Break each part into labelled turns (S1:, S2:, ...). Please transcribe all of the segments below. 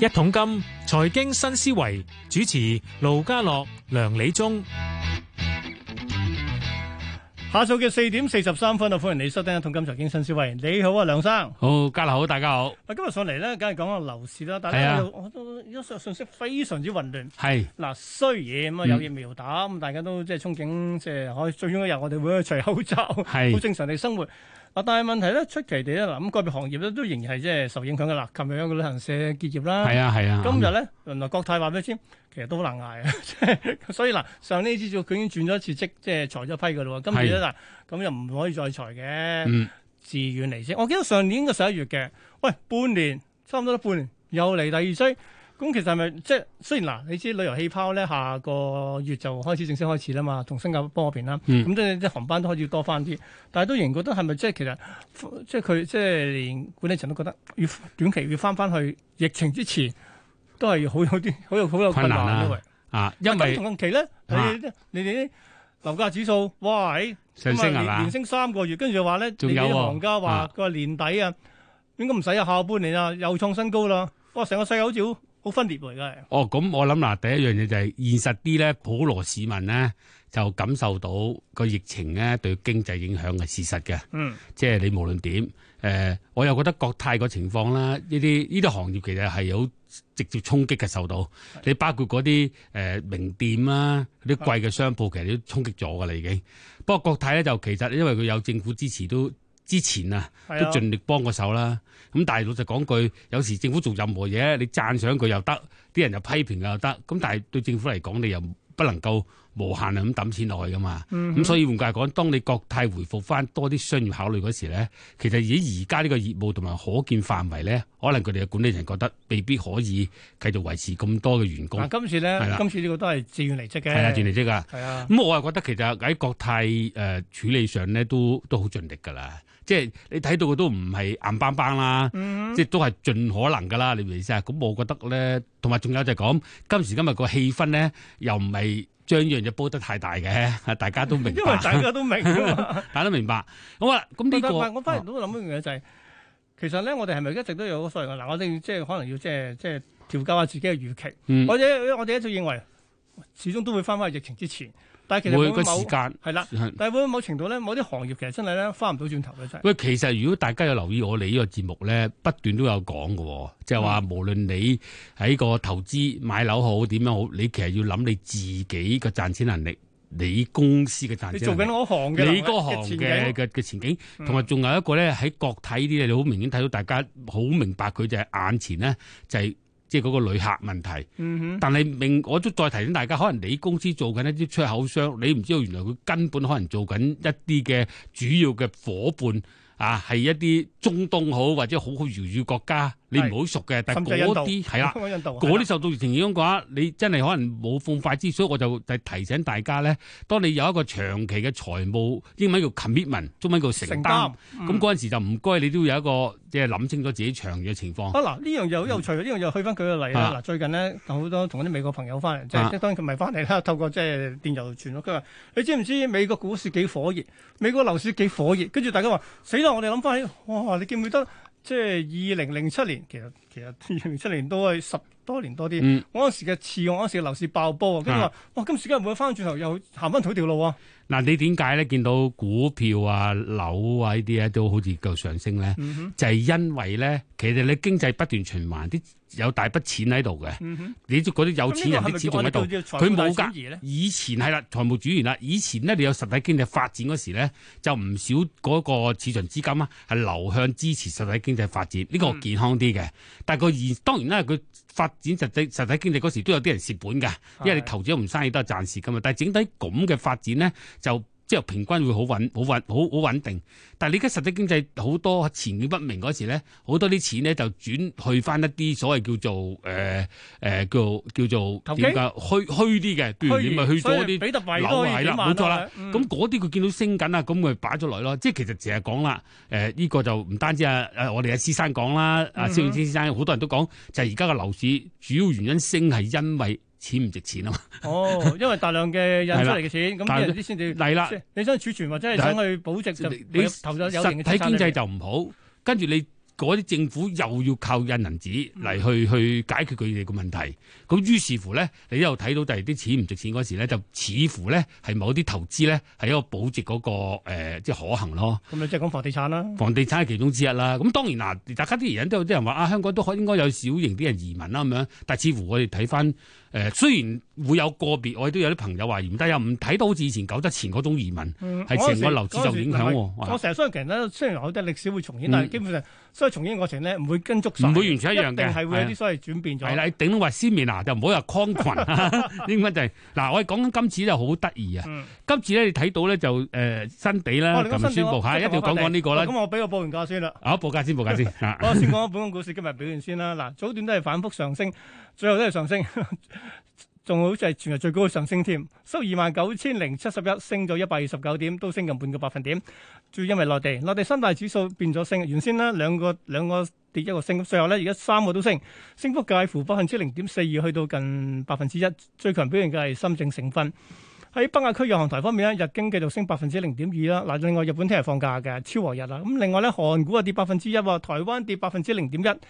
S1: 一桶金財經新思維主持盧家樂、梁理中，
S2: 下晝嘅四點四十三分啊，歡迎你收聽《一桶金財經新思維》。你好啊，梁生。
S3: 好，家下好，大家好，
S2: 嗱，今日上嚟咧，梗係講下樓市啦。但
S3: 係啊
S2: 係我都而家信息非常之混亂。
S3: 係
S2: 嗱，雖然咁啊
S3: 嗯
S2: 有疫苗打，咁大家都即係憧憬，即係可以最終一日我哋會除口罩，好
S3: 係
S2: 正常地生活。嗱，但係問題咧，出奇地咧，嗱咁個別行業咧都仍然係即係受影響嘅啦。琴日有個旅行社結業啦，
S3: 係啊係啊，
S2: 今日咧，原來國泰話俾你知，其實都好難捱啊！ 即係所以嗱，上呢支照佢已經轉咗一次職，即係裁咗批嘅咯喎。今次咧嗱，咁又唔可以再裁嘅，
S3: 嗯
S2: 自願離職。我記得上年嘅十一月嘅，喂，半年差唔多都半年，又嚟第二劑。咁其實係咪即係雖然嗱，你知旅遊氣泡咧，下個月就開始正式開始啦嘛，同新加坡嗰邊啦，
S3: 嗯
S2: 咁即係啲航班都開始多翻啲，但係都仍然覺得係咪即係其實即係佢即係連管理層都覺得要短期要翻翻去疫情之前都係好有啲好有好有困難
S3: 困難啦
S2: 啊喂
S3: 啊，因
S2: 咁
S3: 為
S2: 同期咧，你
S3: 啊
S2: 哋你哋啲樓價指數哇喺
S3: 上升係
S2: 咁啊連
S3: 嘛
S2: 連，升三個月，跟住就話咧，
S3: 仲
S2: 你
S3: 有
S2: 啲
S3: 喎
S2: 行家話
S3: 啊
S2: 佢話年底啊，應該唔使啊，下半年啊又創新高啦。哇！成個世界好似好好分裂喎，而家係。
S3: 哦咁我諗嗱，第一樣嘢就係現實啲咧，普羅市民咧就感受到個疫情咧對經濟影響係事實嘅，
S2: 嗯，
S3: 即係你無論點，誒、我又覺得國泰個情況啦，呢啲呢啲行業其實係有直接衝擊嘅受到，你包括嗰啲誒名店啦，嗰啲貴嘅商鋪其實都衝擊咗㗎啦已經。不過國泰咧就其實因為佢有政府支持都之前啊。
S2: 係
S3: 都
S2: 啊，
S3: 盡力幫個手啦。咁但係老實講句，有時政府做任何嘢，你讚賞佢又得，啲人又批評佢又得。咁但係對政府嚟講，你又不能夠無限咁抌錢落去噶嘛。咁、
S2: 嗯
S3: 所以換句話講，當你國泰回復翻多啲商業考慮嗰時咧，其實以而家呢個業務同埋可見範圍咧，可能佢哋嘅管理人覺得未必可以繼續維持咁多嘅員工
S2: 嗱，。今次咧
S3: 係，啦
S2: 今次呢個都係自願離職嘅。
S3: 係啊，轉嚟職㗎。
S2: 係啊，
S3: 咁我又覺得其實喺國泰誒、呃、處理上咧，都都好盡力㗎啦。即係你睇到佢都唔係硬邦邦啦，
S2: 嗯
S3: 即係都係盡可能㗎啦。你明唔明意思啊？咁我覺得咧，同埋仲有就係講今時今日個氣氛咧，又唔係將呢樣嘢煲得太大嘅， 大家都 明
S2: 因為
S3: 白，
S2: 大家都明㗎嘛。
S3: 大家都明白。好啊，咁 呢、
S2: 但但我
S3: 個
S2: 翻嚟都諗一樣嘢就係、其實咧，我哋係咪一直都有所謂嘅嗱？我哋即係可能要即係即係調教下自己嘅預期，
S3: 嗯
S2: 或者我哋一直認為始終都會翻返去疫情之前，但係其實會
S3: 每
S2: 唔會
S3: 個
S2: 某
S3: 時間。
S2: 係啦，但係會唔會某程度咧，某啲行業其實真係咧翻唔到轉頭嘅真係。
S3: 喂，其實如果大家有留意我哋呢個節目咧，不斷都有講嘅喎，即係
S2: 嗯
S3: 話無論你喺個投資買樓好點樣好，你其實要諗你自己嘅賺錢能力，你公司嘅賺
S2: 你
S3: 錢
S2: 做緊
S3: 能力。
S2: 嗰行嘅，
S3: 你嗰行
S2: 前
S3: 嘅
S2: 景
S3: 嘅嘅前景，
S2: 嗯
S3: 同埋仲有一個咧喺國體啲嘢，你好明顯睇到大家好明白佢就係眼前咧就係即係嗰個旅客問題。
S2: 嗯
S3: 但係明，我都再提醒大家，可能你公司做緊一啲出口商，你唔知道原來佢根本可能做緊一啲嘅主要嘅伙伴啊，係一啲中東好或者好好遙遠國家，你唔好熟嘅，
S2: 哼，
S3: 但
S2: 甚至
S3: 係
S2: 係印
S3: 嗰
S2: 度
S3: 啲係 啦
S2: 香。港印度
S3: 嗰啲
S2: 係啦
S3: 受到疫情影響嘅話，你真係可能冇咁快之，所以我就提醒大家咧，當你有一個長期嘅財務，英文叫 commitment，中文叫承
S2: 承
S3: 擔
S2: 擔，嗯
S3: 咁嗰陣時就唔該，你都要有一個即係諗清楚自己長遠嘅情況。
S2: 啊嗱，呢樣嘢好有趣，呢樣嘢去翻佢個例啦。
S3: 嗯啊
S2: 嗱，最近咧好多同啲美國朋友翻嚟，即係
S3: 啊
S2: 即係當然佢唔係翻嚟啦，透過即係電郵傳咗。佢話：你知唔知美國股市幾火熱？美國樓市幾火熱？跟住大家話：死啦！我哋諗翻起，哇！你記唔記得即係二零零七年？其實其實 二零零七年都係十多年多啲。
S3: 嗯
S2: 嗰陣時嘅次按，嗰陣時嘅樓市爆煲啊！跟住話：哇！今時今日會唔會翻轉頭又行翻同一條路啊？
S3: 嗱，你點解咧見到股票啊、樓啊呢啲咧都好似夠上升咧？
S2: 嗯哼，
S3: 就係因為咧，其實你經濟不斷循環，啲有大筆錢喺度嘅，
S2: 嗯哼，
S3: 你嗰啲有
S2: 咁
S3: 錢
S2: 呢
S3: 人
S2: 個係
S3: 啲
S2: 咪
S3: 錢
S2: 叫
S3: 仲
S2: 我
S3: 喺
S2: 哋
S3: 度
S2: 叫。做財
S3: 佢
S2: 富大
S3: 冇㗎
S2: 轉移咧？
S3: 以前係啦，財務主員啦，以前咧你有實體經濟發展嗰時咧，就唔少嗰個市場資金啊，係流向支持實體經濟發展，呢、個
S2: 嗯
S3: 健康啲嘅。但係個現當然啦，佢發展實體實體經濟嗰時都有啲人蝕本㗎，因為你
S2: 係
S3: 投資唔生意都係賺蝕㗎嘛。但係整體咁嘅發展咧，就即係平均會好穩、好穩、好好穩定。但係你而家實體經濟好多前景不明嗰時咧，好多啲錢咧就轉去翻一啲所謂叫做誒誒、呃叫叫做
S2: 投機
S3: 點講虛虛啲嘅，譬如你咪去
S2: 所以
S3: 咗啲
S2: 比特幣
S3: 樓
S2: 都可以
S3: 係
S2: 幾
S3: 啦，
S2: 萬
S3: 冇錯啦。
S2: 嗯
S3: 咁嗰啲佢見到升緊啦，啊咁咪擺咗落去咯。即係其實成日講啦，誒、呢、個就唔單止啊啊我哋阿師生講啦，阿
S2: 嗯哼
S3: 蕭永先生好多人都講，就係而家嘅樓市主要原因升係因為錢唔值錢 啊嘛。
S2: 哦，因為大量嘅印出嚟嘅錢，咁
S3: 大
S2: 啲
S3: 量
S2: 人啲先至
S3: 嚟啦
S2: 即，係你想儲存或者係
S3: 但係
S2: 想去保值，就
S3: 你你
S2: 投咗有
S3: 實
S2: 形嘅資
S3: 體
S2: 產
S3: 經濟
S2: 裏邊
S3: 就唔好，跟住你嗰啲政府又要靠印銀紙
S2: 嗯
S3: 嚟去去解決佢哋個問題。咁於是乎咧，你又睇到第二啲錢唔值錢嗰時咧，就似乎咧係某啲投資咧係一個保值嗰、個、呃、即係可行咯。
S2: 咁你即係講房地產啦。
S3: 房地產係其中之一啦。咁當然嗱，大家啲人都有啲人話啊，香港都可應該有小型啲人移民啦咁樣。但似乎我哋睇翻誒，雖然會有個別，我哋都有啲朋友話移民，但又唔睇到好似以前九德前嗰種移民
S2: 嗯
S3: 係
S2: 嗰陣
S3: 成個
S2: 時
S3: 樓市受影響喎
S2: 嗰陣時我成日相信其實咧，雖然有啲歷史會重演，但係
S3: 嗯
S2: 基本上所有重演嘅過程咧，唔會跟足晒
S3: 唔會完全一樣嘅
S2: 定係會有
S3: 係啊
S2: 啲所謂轉變
S3: 係
S2: 咗。
S3: 啦，頂多話 seminar 就唔好話 con 群，英啊文就係嗱，我哋講緊今次就好得意啊！
S2: 嗯，
S3: 今次咧你睇到咧就誒新地
S2: 我
S3: 啦，
S2: 哦哋講
S3: 啊咁
S2: 新
S3: 宣布嚇，一定要講講呢個啦。
S2: 咁我俾個報完價先啦。
S3: 啊，報價先，報價先啊！
S2: 我先講本港股市今日表現先啦。嗱，早段都係反覆上升，最後都係上升， 仲好似係全日最高嘅上升添，收二萬九千零七十一，升咗一百二十九點，都升近半個百分點。主要因為內地，內地三大指數變咗升，原先呢兩個兩個跌一個升，最後呢而家三個都升，升幅介乎百分之零點四二去到近百分之一。最強表現嘅係深證成分。喺北亞區日韓台方面咧，日經繼續升百分之零點二啦。嗱，另外日本聽日放假嘅，超和日啦。咁另外咧，韓股啊跌百分之一喎，台灣跌百分之零點一。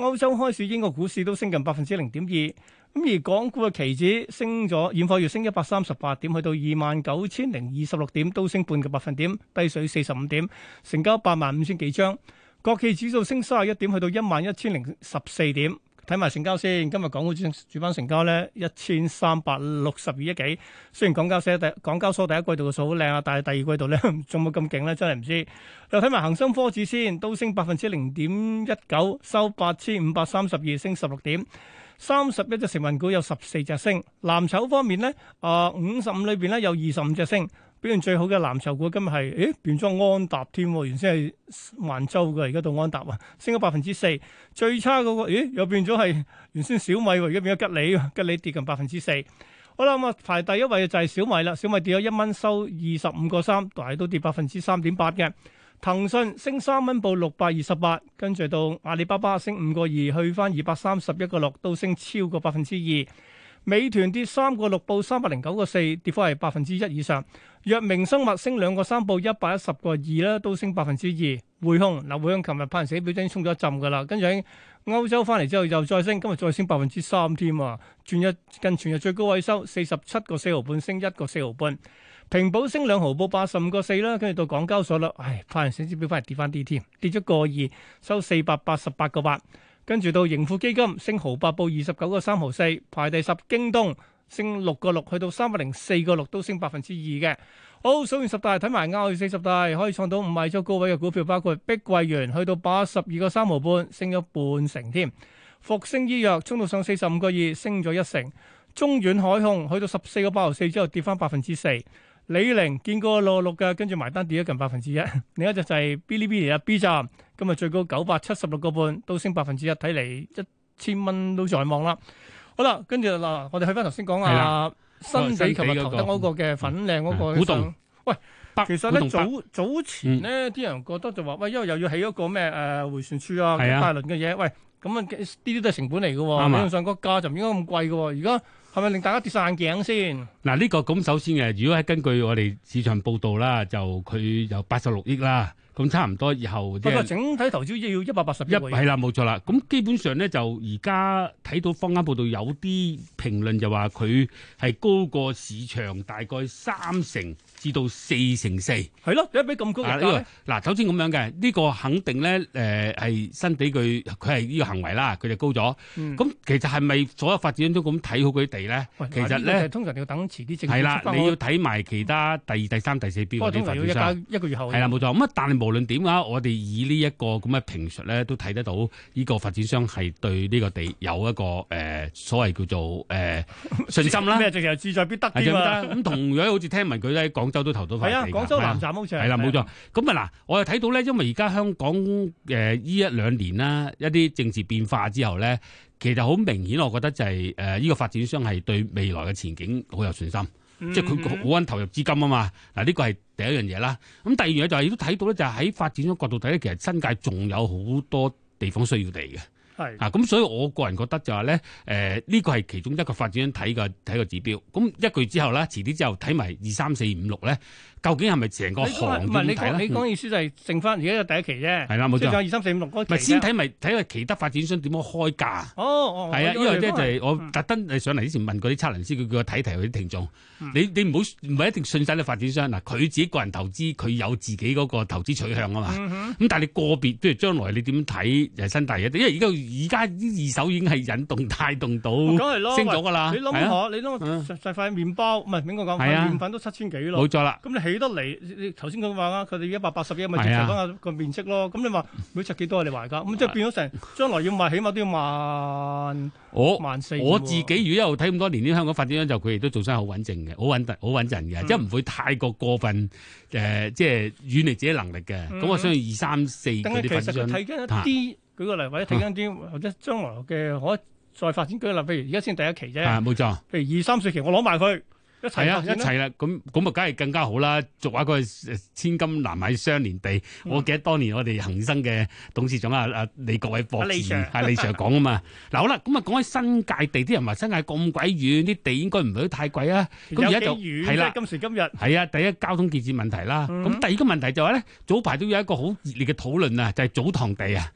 S2: 歐洲開市，英國股市都升近百分之零點二。咁而港股嘅期指升咗，現貨月升一百三十八點，去到二萬九千零二十六點，都升半個百分點，低水四十五點，成交八萬五千幾張。國企指數升三十一點，去到一萬一千零十四點。睇埋成交先，今日港股主主板成交咧一千三百六十二億幾。雖然港交所第港交所第一季度嘅數好靚啊，但係第二季度咧 仲冇咁勁咧，真係唔知。又睇埋恒生科指先，都升百分之零點一九，收八千五百三十二，升十六點。三十一隻成分股有十四隻升，藍籌方面咧，啊五十五裏邊咧有二十五隻升，表現最好嘅藍籌股今日係，誒變咗安踏添喎，原先係萬洲嘅，而家到安踏啊，升咗百分之四，最差嗰、個，咦又變咗係 原先小米喎，而家變咗吉利喎，吉利跌近百分之四。好啦，咁啊排第一位嘅就係小米啦，小米跌咗一蚊，收二十五個三，但係都跌百分之三點八嘅。騰訊升三蚊，報六百二十八，跟住到阿里巴巴升五個二，去翻二百三十一個六，都升超過百分之二。美團跌三個六，報三百零九個四，跌幅係百分之一以上。藥明生物升兩個三，報一百一十個二啦，都升百分之二。匯控嗱，匯控琴日派完死表已經衝咗一陣噶啦，跟住喺歐洲翻嚟之後又再升，今日再升百分之三添啊！全日近全日最高位收四十七個四毫半，升一個四毫半。平保升兩毫，報八十五個四啦，跟住到港交所啦，唉，派人成績表翻嚟跌翻啲添，跌咗個二，收四百八十八個八。跟住到盈富基金升毫八，報二十九個三毫四，排第十。京東升六個六，去到三百零四個六，都升百分之二嘅。好，數完十大，睇埋啱去四十大，可以創到五賣咗高位嘅股票，包括碧桂園去到八十二個三毫半，升咗半成添。復星醫藥衝到上四十五個二，升咗一成。中遠海控去到十四個八毫四之後，跌翻百分之四。李寧見過六六嘅，跟住埋單跌咗近百分之一。 另一隻就係 Bilibili 啊 B 站，今日最高九百七十六個半，都升百分之一，睇嚟一千蚊都在望啦。好啦，跟住嗱，我哋去翻頭先講
S3: 係
S2: 啊
S3: 啦，
S2: 新地琴日投得嗰個嘅粉嶺嗰個
S3: 古洞
S2: 喂，
S3: 北
S2: 其實
S3: 啊古
S2: 咧
S3: 洞北
S2: 早早前咧，啲人覺得就話喂，因為又要起一個咩誒迴旋處啊，
S3: 係啊
S2: 大輪嘅嘢，喂，咁啊呢啲都係成本嚟嘅
S3: 啱
S2: 喎，
S3: 啊
S2: 理論上個價就唔應該咁貴嘅喎，而家係咪令大家跌晒眼鏡先？
S3: 嗱，呢個咁首先嘅，如果係根據我哋市場報道啦，就佢有八十六億啦，咁差唔多以後即
S2: 不過
S3: 係
S2: 整體投資要一百八十億
S3: 一
S2: 喎
S3: 係啦，冇錯啦。咁基本上咧，就而家睇到坊間報道有啲評論就話佢係高過市場大概三成至到四成四。
S2: 係咯，點解俾咁高
S3: 啊
S2: 嘅
S3: 呢
S2: 價咧？
S3: 個嗱，首先咁樣嘅，呢個肯定咧，誒係新地佢佢係呢個行為啦，佢就高咗。
S2: 嗯
S3: 咁其實係咪所有發展商都咁睇好佢哋咧
S2: 喂？
S3: 其
S2: 嗱呢
S3: 實
S2: 個就
S3: 咧
S2: 係。通常要等遲啲政府
S3: 係啦
S2: 出，翻
S3: 你要
S2: 我
S3: 睇埋其他第二、第三、第四標
S2: 不
S3: 嗰
S2: 過
S3: 啲
S2: 通
S3: 發
S2: 常要
S3: 展
S2: 一
S3: 商
S2: 家。一個月後。
S3: 係啦，冇錯。咁啊，但係無論點啊，我哋以呢一個咁嘅評述咧，都睇得到呢個發展商係對呢個地有一個誒、呃所謂叫做誒、呃信心啦。
S2: 咩？直情志在必得
S3: 係
S2: 添
S3: 就
S2: 啊！
S3: 咁同樣好似聽聞佢喺廣州都投到塊
S2: 係啊，
S3: 地㗎
S2: 廣州
S3: 係啊
S2: 南站好似
S3: 係啦，冇錯。咁啊嗱，我又睇到咧，因為而家香港誒依一兩年啦，一啲政治變化之後咧，其實好明顯，我覺得就係誒呢個發展商係對未來嘅前景好有信心，
S2: 嗯
S3: 即係佢好肯投入資金啊嘛。嗱，呢個係第一樣嘢啦。咁第二樣嘢就係亦都睇到咧，就係喺發展商角度睇咧，其實新界仲有好多地方需要地嘅。
S2: 係
S3: 啊，咁所以我個人覺得就係咧，誒、呢個係其中一個發展商睇嘅睇個指標。咁一句之後咧，遲啲之後睇埋二三四五六咧，究竟係咪成個
S2: 你講係
S3: 行
S2: 唔係你
S3: 點睇
S2: 講
S3: 咧？
S2: 你
S3: 嗯
S2: 講意思就係剩翻而家嘅第一期啫，
S3: 係啦，冇
S2: 即係
S3: 錯。
S2: 二三四五六嗰期
S3: 咪
S2: 啫
S3: 先睇埋睇下其他發展商點樣開價。
S2: 哦哦，
S3: 係啊，因
S2: 我
S3: 為
S2: 以
S3: 咧就
S2: 係
S3: 係我
S2: 嗯
S3: 特登誒上嚟之前問嗰啲測量師，佢叫我睇題嗰啲聽眾
S2: 嗯，
S3: 你你唔好唔係一定信晒啲發展商嗱，佢自己個人投資，佢有自己嗰個投資取向啊嘛。
S2: 嗯哼
S3: 咁但係你個別，譬如將來你點睇誒新大嘢？因為而家而家啲二手已經係引動帶動到
S2: 梗係咯，
S3: 升咗㗎啦，
S2: 你諗
S3: 係啊，
S2: 下，你諗
S3: 嗯
S2: 下，細塊麵包唔係應該講
S3: 係啊
S2: 塊麵粉都七千幾咯
S3: 冇。錯啦，
S2: 咁你起得嚟，你你頭先咁話啦，佢哋一百八十億咪
S3: 係啊
S2: 接受翻個面積咯。咁你話每尺幾多啊？你話而家咁即係變咗成將來要賣，起碼都要萬
S3: 我。
S2: 萬四。
S3: 我自己如果一路睇咁多年啲香港發展商，就佢哋都做生意好穩陣嘅，好穩陣，好穩陣嘅，
S2: 嗯
S3: 即係唔會太過過分誒、呃即係遠離自己能力嘅。咁、
S2: 嗯
S3: 我相信二三四
S2: 但
S3: 嗰
S2: 係
S3: 啲
S2: 其
S3: 發
S2: 實
S3: 展
S2: 佢
S3: 商，
S2: 睇緊一啲，舉個例或者睇緊一啲，或者將來嘅可再發展。舉個例，譬如而家先第一期啫，
S3: 啊冇錯，
S2: 譬如二三四期我攞埋佢一齊
S3: 係啊
S2: 發
S3: 一
S2: 展啦。
S3: 齊啦，咁咁啊，梗係更加好啦。俗話嗰句千金難買相連地，
S2: 嗯
S3: 我記得當年我哋恒生嘅董事長啊啊李國偉博
S2: 啊李
S3: 士
S2: Sir
S3: 啊李 Sir 講啊嘛。嗱好啦，咁啊講起新界地，啲人話新界咁鬼遠，啲地應該唔會太貴啊。咁而家就
S2: 有幾遠
S3: 係啦
S2: 啫？今時今日
S3: 係啊，第一交通建設問題啦，咁、
S2: 嗯
S3: 第二個問題就係、呢，咧，早排都有一個好熱烈嘅討論啊，就係、祖堂地啊。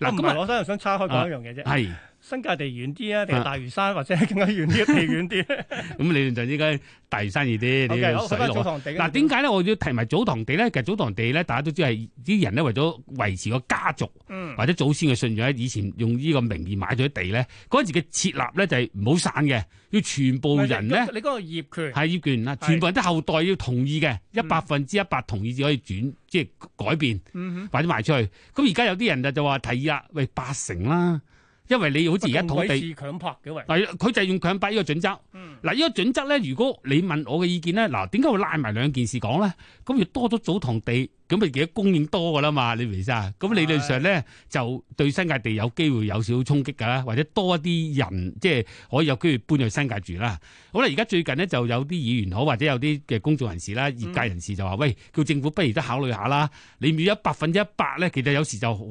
S2: 嗱，
S3: 嗱，
S2: 哦唔
S3: 咁
S2: 係
S3: 啊
S2: 我真係想岔開講一樣嘢啫。
S3: 係，
S2: 新界地遠啲啊，定係
S3: 啊
S2: 大嶼山或者 更加遠啲，地 遠啲咧
S3: 咁理論上應該大嶼山熱啲，你
S2: OK，好，
S3: 要水
S2: 翻祖
S3: 路啊。
S2: 堂地嗰
S3: 嗱，
S2: 度
S3: 點解咧？我要提埋祖堂地咧，其實祖堂地咧，大家都知係啲人咧為咗維持個家族
S2: 嗯
S3: 或者祖先嘅信仰，以前用呢個名義買咗啲地咧，嗰陣時嘅設立咧就係唔好散嘅，要全部人咧。
S2: 你嗰個業權
S3: 係業權啦，
S2: 係
S3: 全部人啲後代要同意嘅，一百分之一百同意至可以轉，即係改變。
S2: 嗯
S3: 或者賣出去。咁而家有啲人就就話提議啦，喂八成啦，因為你好似而家土地，
S2: 是強拍嘅喂，
S3: 係佢就係用強拍呢個準則。
S2: 嗯
S3: 嗱，呢個準則咧，如果你問我嘅意見咧，嗱，點解會拉埋兩件事講咧？咁要多咗祖堂地，咁咪幾多供應多噶啦嘛？你明唔明意思啊？咁理論上咧，就對新界地有機會有少少衝擊㗎啦，或者多一啲人即係可以有機會搬去新界住啦。好啦，而家最近呢，就有啲議員好，或者有啲嘅公眾人士啦、業界人士就話：喂，叫政府不如都考慮下啦。你要一百分之一百咧，其實有時就好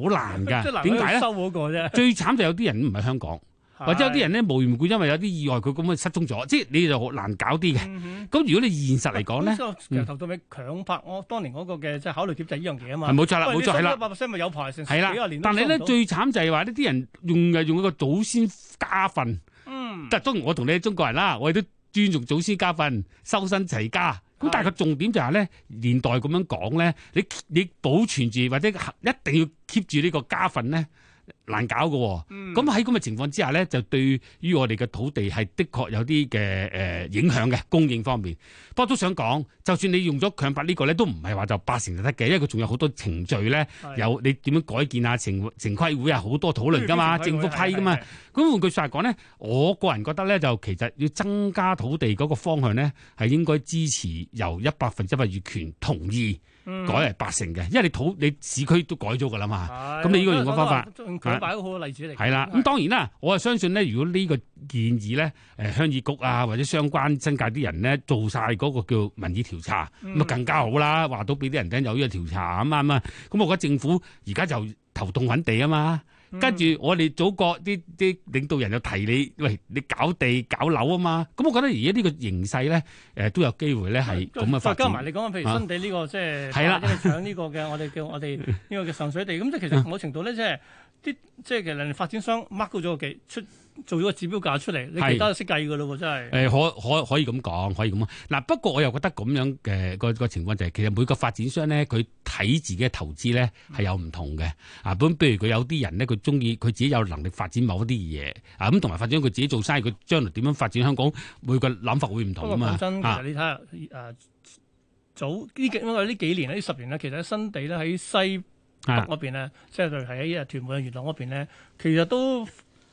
S3: 難
S2: 即係
S3: 㗎。
S2: 嗱
S3: 點解
S2: 佢
S3: 咧？
S2: 收嗰個啫，
S3: 最慘就有啲人唔喺香港。或者有啲人咧無緣無故因為有啲意外佢咁樣失蹤咗，即係你就好難搞啲嘅。
S2: 人
S3: 咁如果你現實嚟講咧，
S2: 其實頭到尾強拍，我當年嗰個嘅即係考慮點就係呢樣嘢啊嘛
S3: 係。冇錯啦，冇錯係啦，
S2: 百 percent 咪有排成幾
S3: 係
S2: 廿
S3: 啦
S2: 年。都
S3: 但係
S2: 收
S3: 咧
S2: 唔到
S3: 最慘就係話呢啲人用嘅用一個祖先家訓，
S2: 嗯
S3: 但係當然我同你係中國人啦，我哋都尊重祖先家訓，修身齊家。咁
S2: 係
S3: 但係個重點就係咧，年代咁樣講咧，你你保存住或者一定要 keep 住呢個家訓咧，難搞嘅喎。
S2: 嗯
S3: 咁喺咁嘅情況之下咧，就對於我哋嘅土地係的確有啲嘅誒影響嘅供應方面。不過都想講，就算你用咗強拍呢個咧，都唔係話就八成就得嘅，因為佢仲有好多程序咧，
S2: 係
S3: 有你點樣改建啊、城城規會啊，好多討論㗎嘛，
S2: 跟
S3: 政
S2: 住
S3: 府
S2: 變
S3: 批
S2: 成規劃
S3: 㗎嘛
S2: 係。係
S3: 咁換句説話講咧，我個人覺得咧，就其實要增加土地嗰個方向咧，係應該支持由一百分之一百業權同意
S2: 嗯
S3: 改為八成嘅，因為你土你市區都改咗㗎啦嘛。
S2: 係
S3: 啊
S2: 啊
S3: 咁你呢個用嘅方法啊
S2: 我覺得強擺一個好嘅例子嚟嘅。
S3: 係啦，咁當然啦，我係相信咧，如果呢個建議咧，誒鄉議局啊或者相關新界啲人咧做晒嗰個叫民意調查，咁啊、
S2: 嗯
S3: 更加好啦，話到俾啲人聽有呢個調查咁啊嘛，咁我覺得政府而家就頭痛揾地啊嘛，
S2: 嗯
S3: 跟住我哋祖國啲啲領導人又提你，喂你搞地搞樓啊嘛，咁我覺得而家呢個形勢咧，誒、都有機會咧係咁嘅
S2: 再
S3: 發
S2: 加
S3: 展。
S2: 埋你講，譬如新地呢個即係
S3: 係啦
S2: 因為搶呢個嘅，我哋叫我 哋呢個嘅上水地，咁即係其
S3: 啊
S2: 實某程度咧，即係啲即係其實發展商 mark 高咗個幾出做咗個指標價出嚟，你
S3: 係
S2: 其他都識計噶咯喎，真係。
S3: 誒可可可以咁講，可以咁講。嗱，不過我又覺得咁樣嘅個個情況就係、其實每個發展商咧，佢睇自己嘅投資咧係有唔同嘅。啊，咁譬如佢有啲人咧，佢中意佢自己有能力發展某一啲嘢啊，咁同埋發展佢自己做生意，佢將來點樣發展香港，每個諗法會唔同
S2: 不
S3: 啊
S2: 過
S3: 嘛
S2: 講。真，其
S3: 啊
S2: 實你睇下誒早呢幾因為呢幾年呢十年咧，其實新地咧喺西北
S3: 啊
S2: 嗰邊咧，即係例如喺屯門啊、元朗嗰邊咧，其實都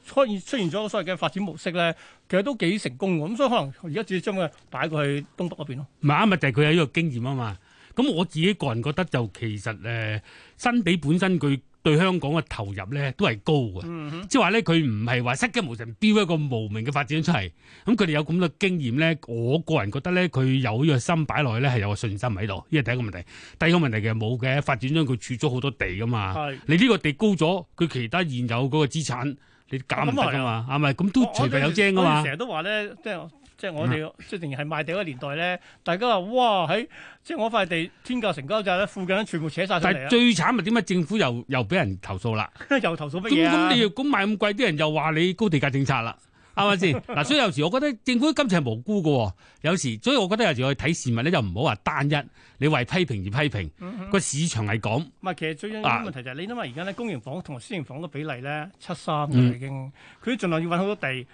S2: 出現出現咗所謂嘅發展模式咧，其實都幾成功喎。咁所以可能而家只係將佢擺過去東北嗰邊咯。
S3: 唔係啱咪就係佢啊有呢個經驗啊嘛。咁我自己個人覺得就其實誒、呃新地本身佢對香港嘅投入咧都係高嘅。
S2: 嗯哼
S3: 即係話咧，佢唔係話失驚無神標一個無名嘅發展出嚟，咁佢哋有咁多經驗咧，我個人覺得咧，佢有呢個心擺落去咧係有個信心喺度，呢係第一個問題。第二個問題其實冇嘅，發展商佢儲咗好多地噶嘛，
S2: 係。
S3: 你呢個地高咗，佢其他現有嗰個資產你減唔得噶嘛，係咪？咁都
S2: 啊我我哋
S3: 隨地有精噶嘛嗯
S2: 成。日都話咧，即係即係我哋即係仍然係賣地嗰個年代咧，大家話哇喺即係我塊地天價成交就係咧，附近全部扯晒上
S3: 但
S2: 嚟
S3: 係
S2: 啦，
S3: 最慘係點解政府又又俾人投訴啦？
S2: 又投訴乜
S3: 咁
S2: 嘢啊
S3: 咁你又咁賣咁貴，啲人又話你高地價政策啦，啱 咪先？嗱，所以有時我覺得政府今次係無辜嘅喎，有時所以我覺得有時我哋睇市民咧就唔好話單一，你為批評而批評，
S2: 嗯哼
S3: 個市場係咁，
S2: 唔係，其實最緊要
S3: 啊
S2: 嘅問題就係你諗下，而家咧公營房同埋私營房嘅比例咧七三
S3: 嗯
S2: 嘅已經，佢盡量要揾好多地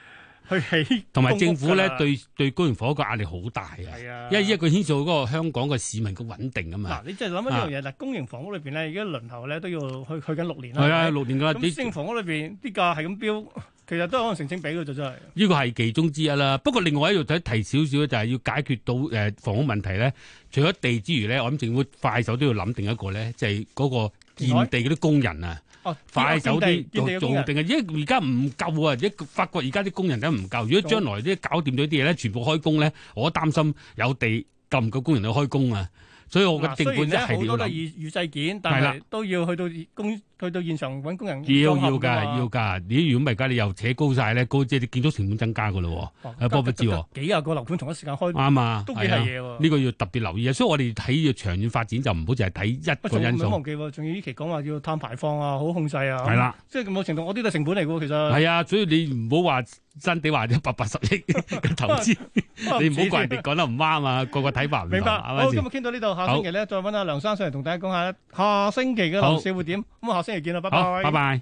S2: 去起
S3: 同埋
S2: 公屋
S3: 政府咧
S2: 㗎啦
S3: 對對高原火個壓力好大啊，
S2: 係啊，
S3: 因為依個牽涉到嗰個香港嘅市民嘅穩定啊嘛
S2: 嗱，，你就諗一樣嘢嗱，公營房屋裏邊咧，而家輪候咧都要去去緊六年啦，
S3: 係啊，
S2: 係咪
S3: 六年㗎啦，
S2: 咁
S3: 你
S2: 私營房屋裏邊啲價係咁飆，其實都係可能成正比嘅啫，真係。
S3: 呢個係其中之一啦。不過另外一度睇提少少咧，就係要解決到誒、呃房屋問題咧。除咗地之餘咧，我諗政府快手都要諗定一個咧，就係、嗰個建地嗰啲工人啊，
S2: 哦，
S3: 快手啲
S2: 見地
S3: 做
S2: 嘅工
S3: 做
S2: 人
S3: 定啊，因為而家唔夠啊，而家發覺而家啲工人都唔夠。如果將來啲搞掂咗啲嘢咧，全部開工咧，我擔心有地夠唔夠工人去開工啊。所以我覺得
S2: 嗱，雖
S3: 政府一
S2: 然咧
S3: 係
S2: 好
S3: 要
S2: 多都係
S3: 諗，
S2: 預預製件，
S3: 係
S2: 但
S3: 啦
S2: 係都要去到工去到現場揾工人裝
S3: 要要
S2: 盒㗎
S3: 㗎
S2: 嘛
S3: 要㗎。你如果唔係而家你又扯高晒咧，高即係啲建築成本增加㗎咯
S2: 哇
S3: 啊波不知喎
S2: 幾廿個樓盤同一時間開
S3: 喎，，啱啊，
S2: 都幾
S3: 係啊
S2: 係嘢喎。
S3: 呢個要特別留意啊！所以我哋睇嘅長遠發展就唔好淨係睇一
S2: 喂
S3: 個
S2: 仲
S3: 因
S2: 唔好
S3: 素，
S2: 忘記喎，仲要呢期講話要碳排放啊，好控制啊，
S3: 係，啦，
S2: 即係某程度我啲都係成本嚟嘅喎，其實
S3: 係啊，所以你唔好話新地話一百八十億嘅投 資，你唔好怪人哋講得唔啱啊！個個睇法唔同，
S2: 明白。
S3: 啱
S2: 好，
S3: 唔啱
S2: 今日
S3: 先？
S2: 傾到呢度，下
S3: 好
S2: 星期咧再揾阿梁生上嚟同大家講下下星期嘅樓市會點。咁啊，下星期見啦，拜
S3: 好，拜拜。